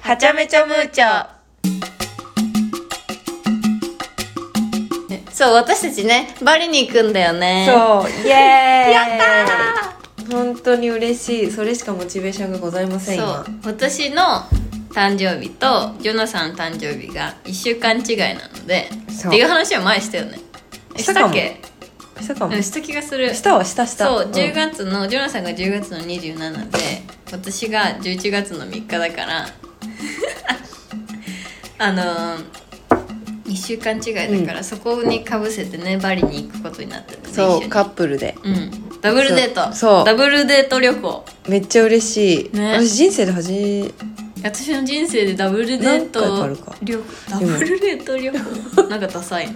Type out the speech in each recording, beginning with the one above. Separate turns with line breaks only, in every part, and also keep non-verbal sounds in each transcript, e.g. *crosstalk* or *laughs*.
はちゃめちゃムーチャ
そう私たちねバリに行くんだよね
そうイエーイ
やったー
本当に嬉しいそれしかモチベーションがございません
そう
今
私の誕生日とジョナさんの誕生日が1週間違いなので
そう
っていう話は前したよねえ
したか
た
も
っけ
したかも
うんした気がする
したはしたした
そう、
ん
10月のジョナさんが10月の27で私が11月の3日だから *laughs* あのー1週間違いだから、そこにかぶせてねバリに行くことになってるね
そう
一緒
カ
に
ップルで
うん、ダブルデート
そうそう
ダブルデート旅行
めっちゃ嬉しい、
ね
私人生で初め
私の人生でダブルデート
何回かあるか
旅行ダ
でも
ブルデー
*laughs*
ト旅行なんかダサい *laughs*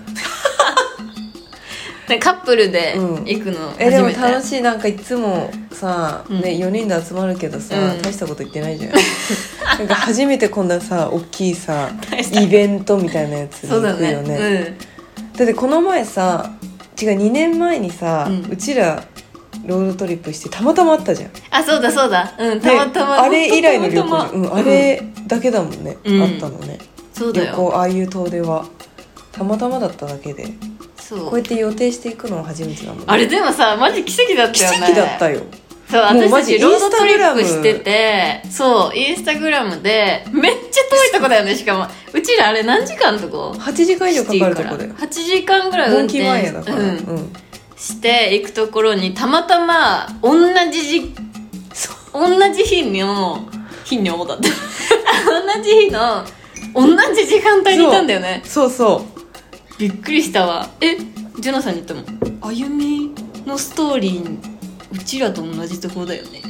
なんかカップルで行くの初めて、
えでも楽しいなんかいつもさ、
うん
ね、4人で集まるけどさ、
うん
大したこと言ってないじゃんなんか初めてこんなさ大きいさ
*laughs* 大した
イベントみたいなやつに
そうだ
行く
ね
よねだってこの前さ違う2年前にさ、
う
うんちらロードトリップしてたまたまあったじゃん
うん、あそうだそうだうんた
で
またま、
あれ以来の旅
たまた
行、
ま
うん、あれだけだもんね、
うん
あったのね
そう
旅
だよ
行ああいう遠出はたまたまだっただけで
そ
こうや
う
って予定していくのは初めてだもんね
あれでもさマジ奇跡だっ
奇
たよね
跡だったよ
そう
もう
私
マ
た
ジ
ちロードトリップ
インスタグラム
しててそうインスタグラムでめっちゃ遠いとこだよねしかもうちらあれ何時間のとこ
8時間以上かかるとこだよ
8時間ぐらい運
本
転
気前だから、う
う
んん
して行くところにたまたま同じじ同じ日の日にだった同じ日の同じ時間帯にいたんだよね
そうそ
びっくりしたわえジョナさんに言ったもんあゆみのストーリーうちらと同じとこだよね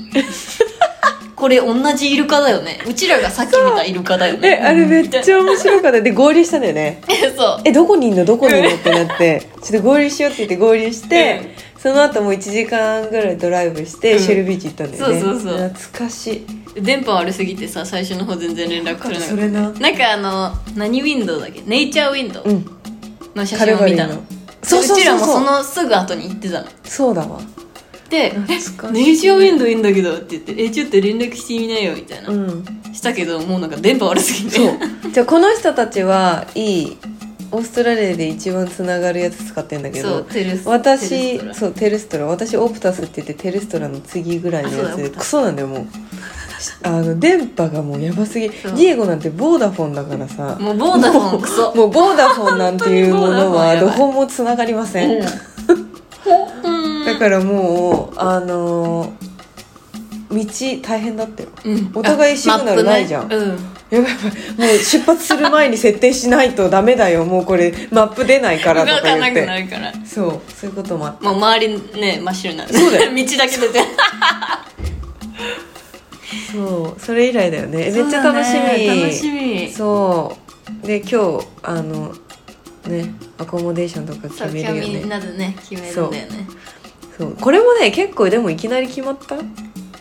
これ同じイルカだよねうちらがさっき見たイルカだよ
うえ
ね
あれめっちゃ面白かったで合流したんだよね
そう
えどこにいんのどこにいんのってなってちょっと合流しようって言って合流して、その後もう1時間ぐらいドライブして、
うん
シェルビーチ行ったんだよね
そうそうそう
懐かしい
電波悪すぎてさ最初の方全然連絡くれなか
そ
っ
れな
たなんかあの何ウィンドウだっけネイチャーウィンドウ
うん
の写
カ
真
ル
を
ガリ
見た
ー
の
のそうそうそうそう
ちらもそのすぐ後に行ってたの
そうだわ
で「
懐か
え
しい
ネイチャーウィンドウいいんだけど」って言って「えちょっと連絡してみなよ」みたいな、
うん
したけどもうなんか電波悪すぎて
そうじゃあこの人たちはいいオーストラリアで一番つながるやつ使ってんだけ
そ
ど
うテルステ
私
ルス
そ
ト
うテルストラ私オプタスって言ってテルストラの次ぐらいのやつ
あそうだオ
で
プ
ク
タス
ソなんだよも
*laughs*
うあの電波がもうやばすぎデ
そう
ィエゴなんてボーダフォンだからさ
ラもうボーダフォンクソ
もうボーダフォンなんていうものは
本当にボーダフォンやばい
どこもつながりません、
うん
だからもうあのー道大変だったよ
うん
お互いシグナルないじゃん
マップねう
や
ん
ばいやばいもう出発する前に設定しないとダメだよもうこれマップ出ないからと
動
か
か
言
な
っ
くな
て
るから
そうそういうこともあって
もう周りね真っ白になる
そうだよ
*laughs* 道だけ出て
そうそれ以来だよねえめっちゃ楽しみ
そうだね楽しみ
そうで今日あのねアコモデーションとか
そう
決め
今
る
日み
よ
ん
ね
なでね決めるんだよね
そうこれもね結構でもいきなり決まった、うん、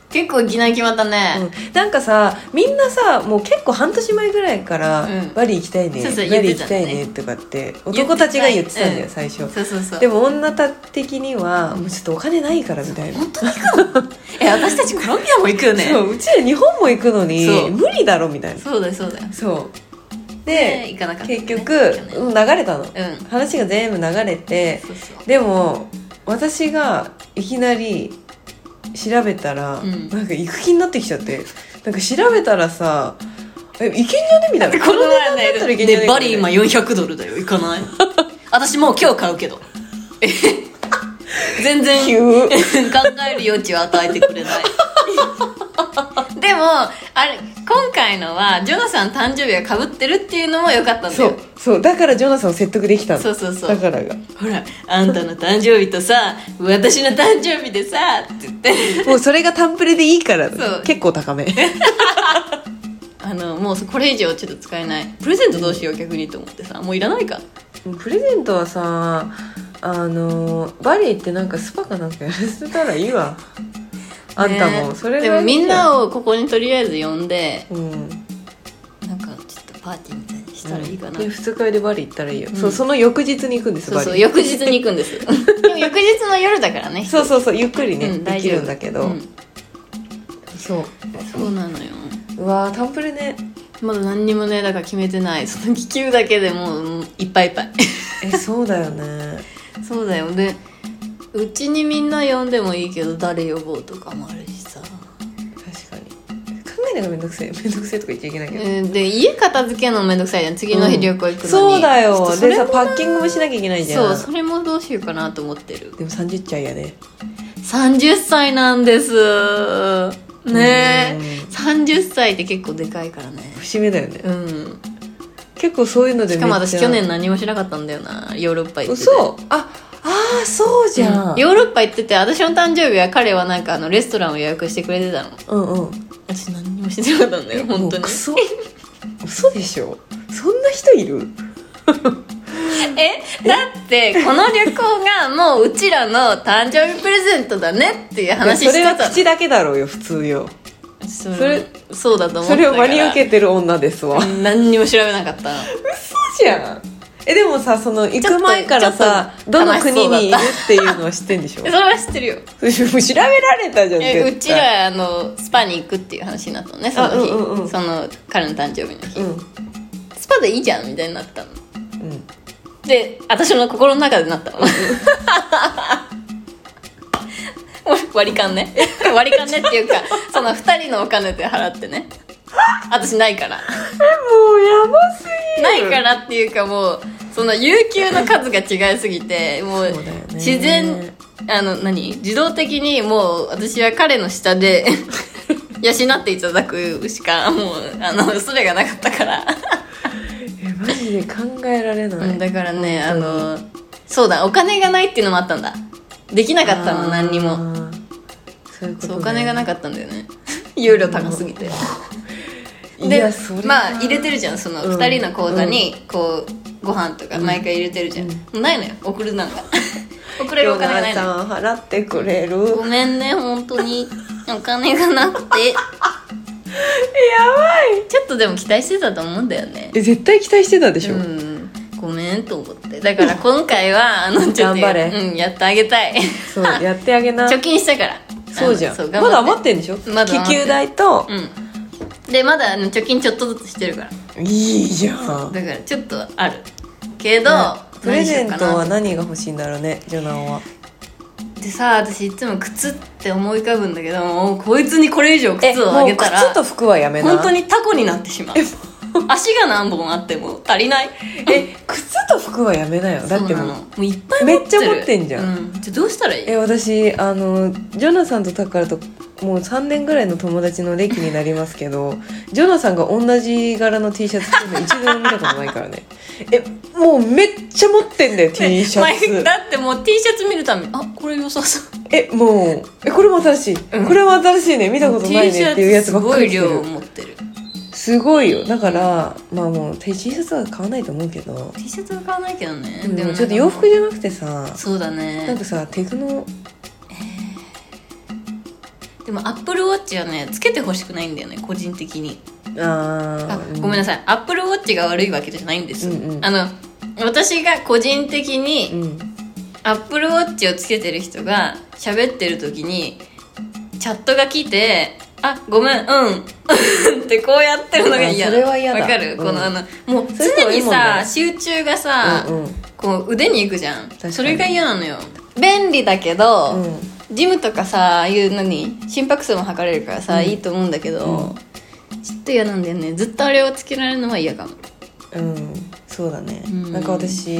結構いきなり決まったね、
なんかさみんなさもう結構半年前ぐらいから、
うん
バリ行きたいね
そうそう
バ
言
リ
って
行き
たん
た
だね
いねとかって男たちが言ってたんだよ、
うん
最初
そうそうそう
でも女た的にはもうちょっとお金ないからみたいな
本当に行くのえ私たちコロンビアも行くよね
そ
そう
ううちら日本も行くのに
そう
無理だろみたいな
だよそうだよ
そう
で
で
行かなかった、ね、
結局
行かない
うん流れたの
うん
話が全部流れて
そうそう
でも私がいきなり調べたら、
うん
なんか行く気になってきちゃってなんか調べたらさ「え行けんじゃね?」みたいな
*laughs* この
値段だったら
前
いけ
ね
んじゃね
でバリ今
み
400ドルだよ行かない *laughs* 私もう今日買う *laughs* けどえ全
たい
然考
な急
える余地は与えてくれ *laughs* ないでもあれ今回のはジョナさん誕生日が被ってるっていうのも良かったん
*laughs*
だ
そ
よ
うそうだからジョナサンを説得できたの
そうそうそう
だからが
ほらあんたの誕生日とさ私の誕生日でさって言って
もうそれがタンプレでいいから
そう
結構高
*laughs*
め
あのもうこれ以上ちょっと使えないプレゼントどうしよう逆にと思ってさもういらないか
プレゼントはさあのバリ行ってなんかスパかなんかやらせたらいいわあんたも、
ね
それ
で
が
も
いい
みん
じゃ
なをここにとりあえず呼んで
うん
なんかちょっとパーティーみたいにしたらいいかな、
で二日酔いでバリ行ったらいいよ、
うん
そうその翌日に行くんです
そう
バ
そう
リ
翌日に行くんです
*laughs*
でも翌日の夜だからね
そうそうそうゆっくりね、
うん
で
大
き
丈夫
るんだけど、
うん
そう
そうなのよ
うわータンプレね
まだ何にもねだから決めてないその気球だけでもううんいっぱいいっぱい
えそうだよね
そうだよでうちにみんな呼んでもいいけど誰呼ぼうとかもあるしさ、
確かに考えるのがめんどくせえめんどくせえとか言っちゃいけないけど、
えーで家片付けるのめんどくさいじゃん次の日旅行行くのに、
そうだ
ちょっ
よ
とそ
で
れ
さ
も
パッキングもしなきゃいけないじゃ
そ
ん
うそれもどうしようかなと思ってる
でも30ちゃいやね
30歳なんですね
う
え
ん
30歳って結構でかいからね
節目だよね
うん
結構そういうのでめ
し
っち
か
ゃ
も私去年何もしなかったんだよなヨーロッパ行ってて
嘘ああーそうじゃん、
うんヨーロッパ行ってて私の誕生日は彼はなんかあのレストランを予約してくれてたの
うんうん
私何にもしてなかったんだよ本当
もう
に
クソ嘘でしょそんな人いる
えだってこの旅行がもううちらの誕生日プレゼントだねっていう話
いやそ
して
れは
たの
口だけだろうよ普通よ
そ
それ
そうだと思っ
そ
て
れ
た
を
から
真に受けてる女です
*laughs*
わ
何にも調べなかったの
嘘じゃんえでもさその行く前からさ
ちょっと
どの国にいる
楽し
っていうのは知ってんでしょ
それは知ってるよ
もう *laughs* 調べられたじゃん
えう
絶
ち
対
らあのスパに行くっていう話になったのねその日、
あうんうんうん
その彼の誕生日の日、
うん
スパでいいじゃんみたいになったの
うん
で私の心の中でなったの割り勘ね割り勘ねっていうかその2人のお金で払ってね私ないから
もうやばすぎ
ない
る
からっていうかもうその有給の数が違いすぎてもう
そうだよね
自然あの何自動的にもう私は彼の下で *laughs* 養っていただくしかもうあのそれがなかったから、
えマジで考えられない、
うんだからねあ
本当に
のそうだお金がないっていうのもあったんだできなかったの何に
あ
も
ーそういうこと、ね、
そうお金がな
っ
かったんだよね *laughs* 給料高すぎて。
た
でまあ入れてるじゃんその
うん
2人の口座にこうご飯とか毎回入れてるじゃん、
うん
もうないのよ送るなんか *laughs* 送れるお金がないのよ
さん払ってくれる
ごめんね本当にお金がなくて
*laughs* やばい
ちょっとでも期待してたと思うんだよね
え絶対期待してたでし
う
ょ、
んごめんと思ってだから今回
*laughs*
はあのちょっ
頑
と
張れ
うん、やってあげ
*laughs*
たい
そうやってあげな
貯金したから
そうじゃ
あ
ん
のそ
ま
う頑張
だ余ってんでしょ、
まだ余って
気
る
球代と、
うんでまだあの貯金ちょっとずつしてるから
いいじゃん
だからちょっとあるけど、
ねプレゼン
何しよ
ト
うかなと思っ
は
て
何が欲しいんだろうねジョナンは
でさ私いつも靴って思い浮かぶんだけどもうこいつにこれ以上
え
靴をあ
もう
げたら
靴と服はやめな
本当にタコになってしまう足が何本あっても足りない
え靴と服はやめなよだって
そうな
も
の
う
もういっぱい持ってる
めっちゃ持ってんじゃん、
うじゃあどうしたらいい
え私あのジョナさんとタカラともう3年ぐらいの友達の歴になりますけどジョナさんが同じ柄の T シャツ着てるの一度も見たことないからねえもうめっちゃ持ってんだよ T シャ
前
ツ
だってもう T シャツ見るためにあこれ良さそう
えもうえこれも新しい、
うん
これも新しいね見たことないねっていうやつばっかり着
T
て
シャツすごい量
る
持ってる
すごいよだからまあもう T シャツは買わないと思うけど
T シャツは買わないけどね
でもちょっと洋服じゃなくてさ
そうだね
なんかさテクノ
でも Apple Watch はねつけてほしくないんだよね個人的にあ
あー
ごめんな
さ
さいアップルウォッチが悪いわけじゃないんです、
うんうん
あの私が個人
う
的に
ん
アップルウォッチをつけてる人が喋ってる時にチャットが来て「あごめんうん」ってこうやってるのが嫌
あそれは嫌だ
わかる、
うん
このあのもう
そういう人
常
多い
に
もんね
さ集中がさ、
うんうん
こう腕に行くじゃ
か
ん
に
それが嫌なのよ便利だけど、
うん
ジムとかさああいう何心拍数も測れるからさ、
うん
いいと思うんだけど、
うん
ちょっと嫌なんだよねずっとあれをつけられるのは嫌かも
うんそうだね、
うん
なんか私デ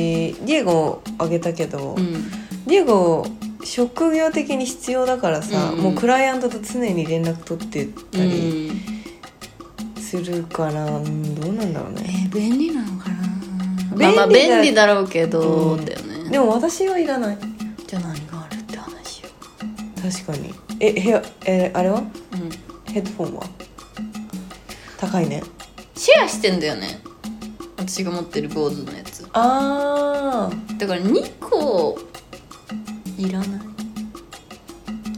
ィエゴあげたけど、
うん
ディエゴ職業的に必要だからさ、
うんうん
もうクライアントと常に連絡取ってたり
うん
するから、うんどうなんだろうね、
えー便利なのかな
利だ
まあまあ便利だろうけど、
うん
だよね
でも私はいらない
じゃあ何があるって話よ
確かにえ部屋えあれは
うん
ヘッドフォンは高いね
シェアしてんだよね私が持ってる坊主のやつ
あ
だから2個いらない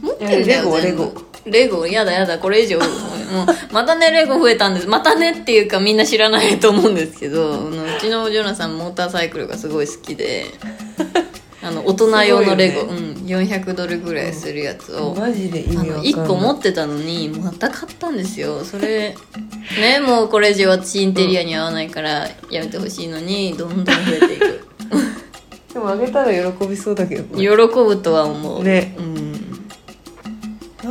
持ってん
い
だ
やレ
よ
ゴは
全部レゴやだやだこれ以
*laughs*
上もうまたねレゴ増えたんですまたねっていうかみんな知らないと思うんですけどあのう
*laughs*
ちのジョナさんモーターサイクルがすごい好きであの大人用のレゴ、
すごい
うん400ドルぐらいするやつを、
マジで意味
あ
わかんな
の
い
1個持ってたのにまた買ったんですよそれねもうこれ以上私インテリアに合わないからやめてほしいのにどんどん増えていく
でもあげたら喜びそうだけど
喜ぶとは思う
ね
うん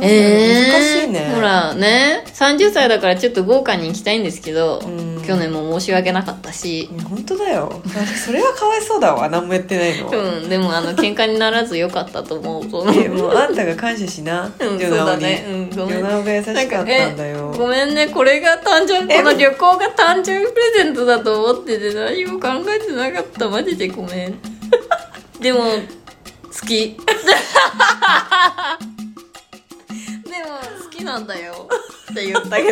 なんだろう
えー、
難しいね
ほらね30歳だからちょっと豪華に行きたいんですけど、
うん
去年も申し訳なかったし
いや本当だよそれはかわいそうだわ何もやってないの、
うんでもあの喧嘩にならずよかったと *laughs* 思うその
えもうあんたが感謝しな
うん
ヨ
そう
ナオ
だ
に
ねうんごめん
ヨナオが優しかったんだよ
ごめんねこれが誕生日
え
この旅行が誕生日プレゼントだと思ってて何も考えてなかったマジでごめ *laughs* んでも好き *laughs* でも好きなんだよって言ったけど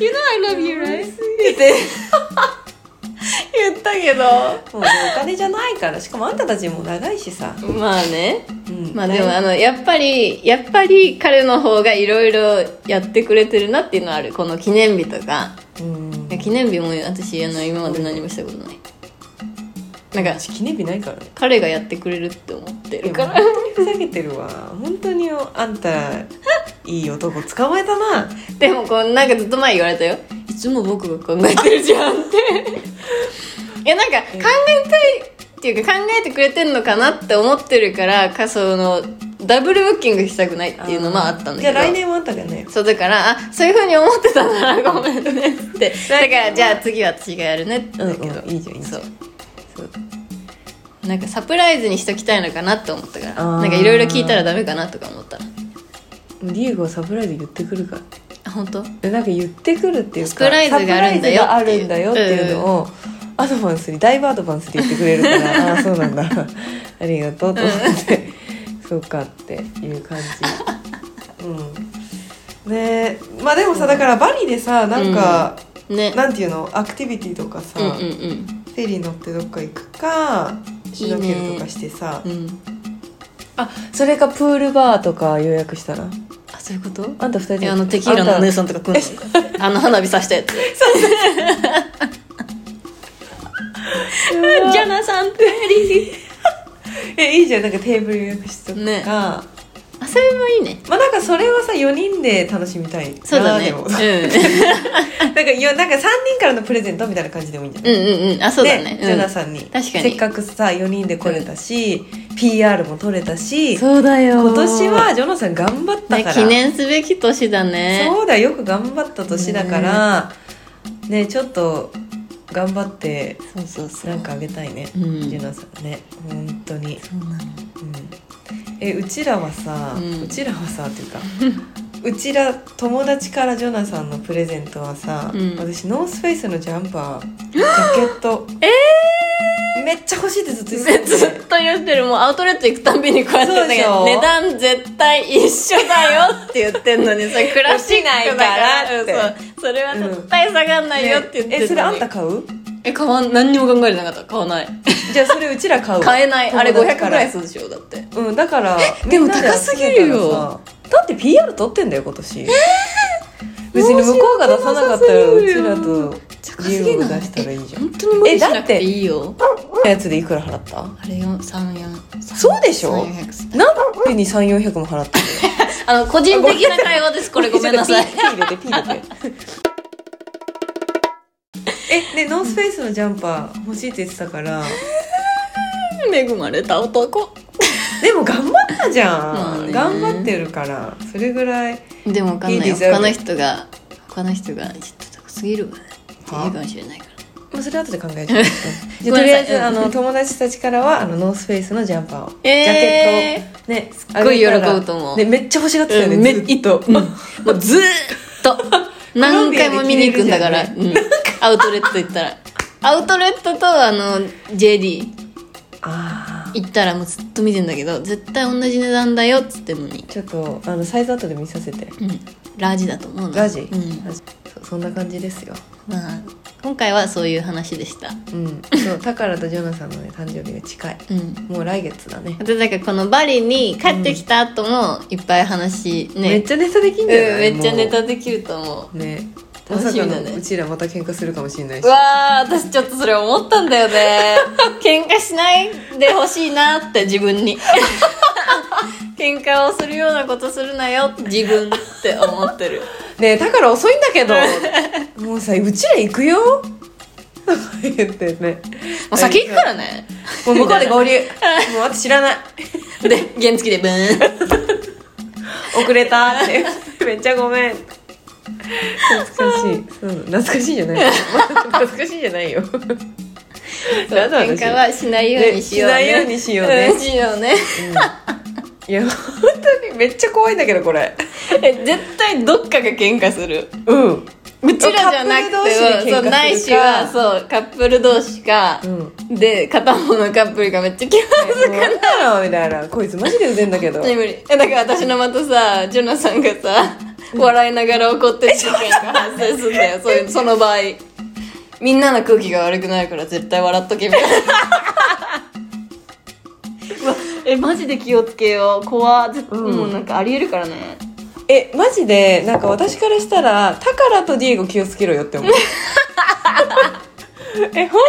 You know I love you, right? って言ったけど
もうねお金じゃないからしかもあんたたちも長いしさ、
まあね
うん
まあでもあ
ね
のやっぱりやっぱり彼の方がいろいろやってくれてるなっていうのはあるこの記念日とか
うん
いや記念日も私あの今まで何もしたことないなんか
私記念日ないからね
彼がやってくれるって思ってるから
いやもう本当にふざけてるわ本当によあんたいい男捕まえたな
でもこうなんかずっと前言われたよいつも僕が考えてるじゃんって
*laughs*
いやなんか考えたいっていうか考えてくれてんのかなって思ってるからかそのダブルブッキングしたくないっていうのもあったんだけど
じゃあ来年もあんたがね
そうだからあそういうふうに思ってたならごめんね
*laughs*
ってだからじゃあ次は私がやるねってだけど、
うんうんいいじゃんいいじゃん
そうそうなんかサプライズにしときたいのかなって思ったから
あー
なんかいろいろ聞いたらダメかなとか思った
もうリエゴはサプライズ言ってくるから
あ本当
でなんか言ってくるっていうか
サプライズがあるんだよ
サプラ
っ
イズが
て
あ
いう
るんだよっていうのを、アドバンスにだいぶアドバンスで言ってくれるからあ
*laughs*
あそうなんだありがとうと思って、そうかっていう感じうんねえまあでもさだからバリでさなんか、
ね
なんていうのアクティビティとかさ、
うんうん
フェリー乗ってどっか行くかシュノケルとかしてさ
うんうん
あそれかプールバーとか予約したら
あそういうこと
あんた二人
え
で
あのテキーラのお
あんた
姉さんとか来んの *laughs* あの花火さしたやつ *laughs* ジャナさんプリ
えいいじゃんなんかテーブル予約しとくか、
ね
ま
あそれもいいね
あなんかそれはさ4人で楽しみたいな
そうだね
でもなんかよなんか3人からのプレゼントみたいな感じでもいいんじゃな
う
い、
んうんうんうんあそうだね
ね
うん
ジョナさんに
確かに
せっかくさ4人で来れたし、PR も取れたし今
そうだよ
年はジョナさん頑張った
ね
から、
記念すべき年だね
そうだよく頑張った年だからねちょっと頑張って
そうそうそ
なんかあげたいね、
うん
ジュナさんね本当に、
そうなの
うん、えうちらはさ、う
うん
ちらはさっていうか *laughs* うちら友達からジョナさんのプレゼントはさ、
うん
私ノースフェイスのジャンパー
*gasps*
ジャケットええめっちゃ欲しいってずっと言ってた
*laughs* ず
よ
っ
ね
と言ってるもうアウトレット行くたんびにこうやって
そうでしょ
値段絶対一緒だよって言ってんのに *laughs* さクラシックだから
落ちないからって
うんそうそれは絶対下がんないよって言ってたのに
えそれあんた買う
え買わん何にも考えてなかった買わない
じゃあそれうちら買うわ
買えないあれ
友達
500
か
ぐ
ら
らいするでしょだって
うんだから
でも
みんな
高すぎる
集め
よ
たらさだって PR 取ってんだよ今年、別に向こうが出さなかったらう
申し
ち
訳
ら
なさすぎる
と自
よ
由を出したらいいじゃん
本当に無理しなくていいよ
やつでいくら払った
あれよ34
そうでしょなんでに3400も払った
あの個人的な会話 *laughs* ですこれごめんなさい
ピー入れてピー
*laughs*
入れてえねノースフェイスのジャンパー欲しいって言ってたから
恵まれた男
でも頑張ったじ
ま
ゃ
あ
ん
ね
頑張ってるからそれぐらい
でもわかんな
い
い
いデ
よ
ザイン
他の人が他の人がちょっと高すぎるわねって言うかもしれないから
まあそれ後で考え
*laughs*
ちゃうじゃあ
ご
と
めん
り
な
あ
さ
え
い
ずあ
う
の
ん
友達たちからはあのノースフェイスのジャンパーを、
えー
ジャケットをねすっ
ごい喜ぶと思う
ね、めっちゃ欲しがってたよね、
うんめ
ずっと、
もうずーっ *laughs* と何回も見に行くんだから、
コロ
うん、アウトレット行ったらアウトレットとあの JD
ああ
行ったらもうずっと見てんだけど絶対同じ値段だよっつってんのに、
ちょっとあのサイズ後で見させて
うん、ラージだと思うの
ラジ、
うん
ラジそそんな感じですよ
まあ、今回はそういう話でした
うんそうタカラとジョナさんのね誕生日が近い
うん
もう来月だね
私なんかこのバリに帰ってきた後もいっぱい話ね、
めっちゃネタできんじゃない、
うん、めっちゃネ
も
タできると思
うね
う
ま
楽
さ
し
か
みだ
の
ね
うちらまた喧嘩するかもしれないうし
わー私ちょっとそれ思ったんだよ *laughs* ね喧嘩しないでほしいなって自分 *laughs* に喧嘩をするようなことするなよ自分って思って *laughs* る
ねえだから遅いんだけどもうさうちら行くよとか言ってね
もう先行くからね
もう向こうで合流
*laughs*
もう私知らない
で原付でブ *laughs* ーン
遅れたって *laughs* めっちゃごめん懐かしいそう懐かしいじゃないよ懐かしいじゃないよなんだ
喧
私
嘩はしないようにしよう
ね
ね
しないようにしようね
んしようね
いや本当にめっちゃ怖いんだけどこれ
*laughs* え絶対どっかが喧嘩する
うん
うちらじゃなくて
カップル同士で喧嘩するか
そうないしはそうカップル同士か、
うん
で片方のカップルがめっちゃ気まず
恥ずかしだろみたいなこいつマジでうぜんだけど
無理無理えだから私のまたさジョナさんがさ笑いながら怒ってる事件が発生するんだよそういうその場合みんなの空気が悪くなるから絶対笑っとけみたいなうわえマジで気をつけよう怖絶
うん
もうなんかありえるからね
えマジでなんか私からしたらタカラとディエゴ気をつけろよ
*laughs*
って思うえ本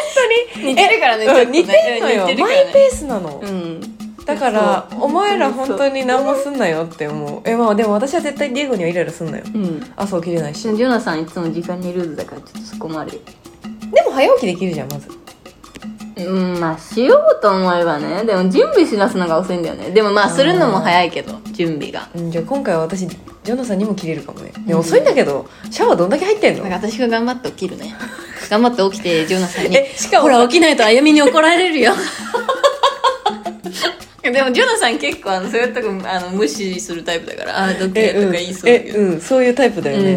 当に
似てるからね
え
ちょっとね
うん似てるのよ、
似てるか
マ
らね
イペースなの、
うん
だからお前ら本当に何もすんなよって思うえまあでも私は絶対ディエゴにはイライラすんなよ
うん
朝起きれないし
ジョナさんいつも時間にルーズだからちょっとそこまで
でも早起きできるじゃんまず
うんまあしようと思えばねでも準備しだすのが遅いんだよねでもまあするのも早いけど準備が
うんじゃあ今回は私ジョナさんにも切れるかもねね
うん
遅いんだけどシャワーどんだけ入ってんの
なんか私が頑張って起きるね *laughs* 頑張って起きてジョナさんに
えしかも
ほら起きないとあゆみに怒られるよ *laughs* でもジョナさん結構あのそういうとこあの無視するタイプだからああどけ
え
と
う
か
ん
言いそうだ
え
けど、
うんそういうタイプだよね、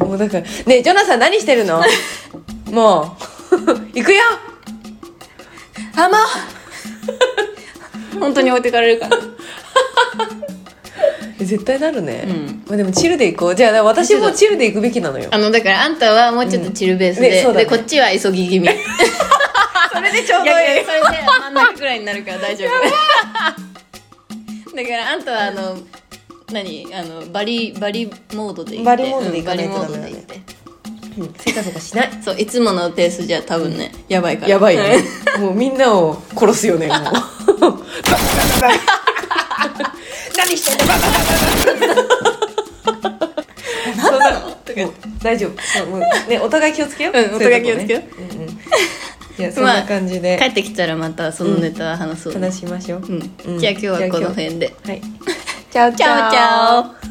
うん
もうだから「ねえジョナさん何してる *laughs* の? 」もう *laughs* 「行くよ!
あまあ *laughs* 本当に置いてかれるから」
絶対なるね、
うん
まあ、でもチルで行こうじゃあ私もチルで行くべきなのよ
あのだからあんたはもうちょっとチルベースで、
うんねそうだね
でこっちは急ぎ *laughs* 気味
それでちょ
逆にそれで真ん中くらいになるから大丈夫 *laughs* だからあんたはあの何あのバリバリモードでいって
バリモードで行かない
うん
と
バリ
ダ
モ
メ
ー
だ
ド
ね
で行って
うんせかせかしない
そういつものペースじゃ多分ね、やばいから
やばいねもうみんなを殺すよ *laughs* ねもう何してんのバカバカバカバカ *laughs* そんなのもう大丈夫もうねお互い気をつけよう、
うんお互い気をつけよ
そういうとこねうんうんいやそんな感じ
うん帰
で
ってきたらまたそのネタ話そう、うん
話しましょう、
*laughs* じゃあ今日はこの辺で
はいチャオチ
チャオチャオ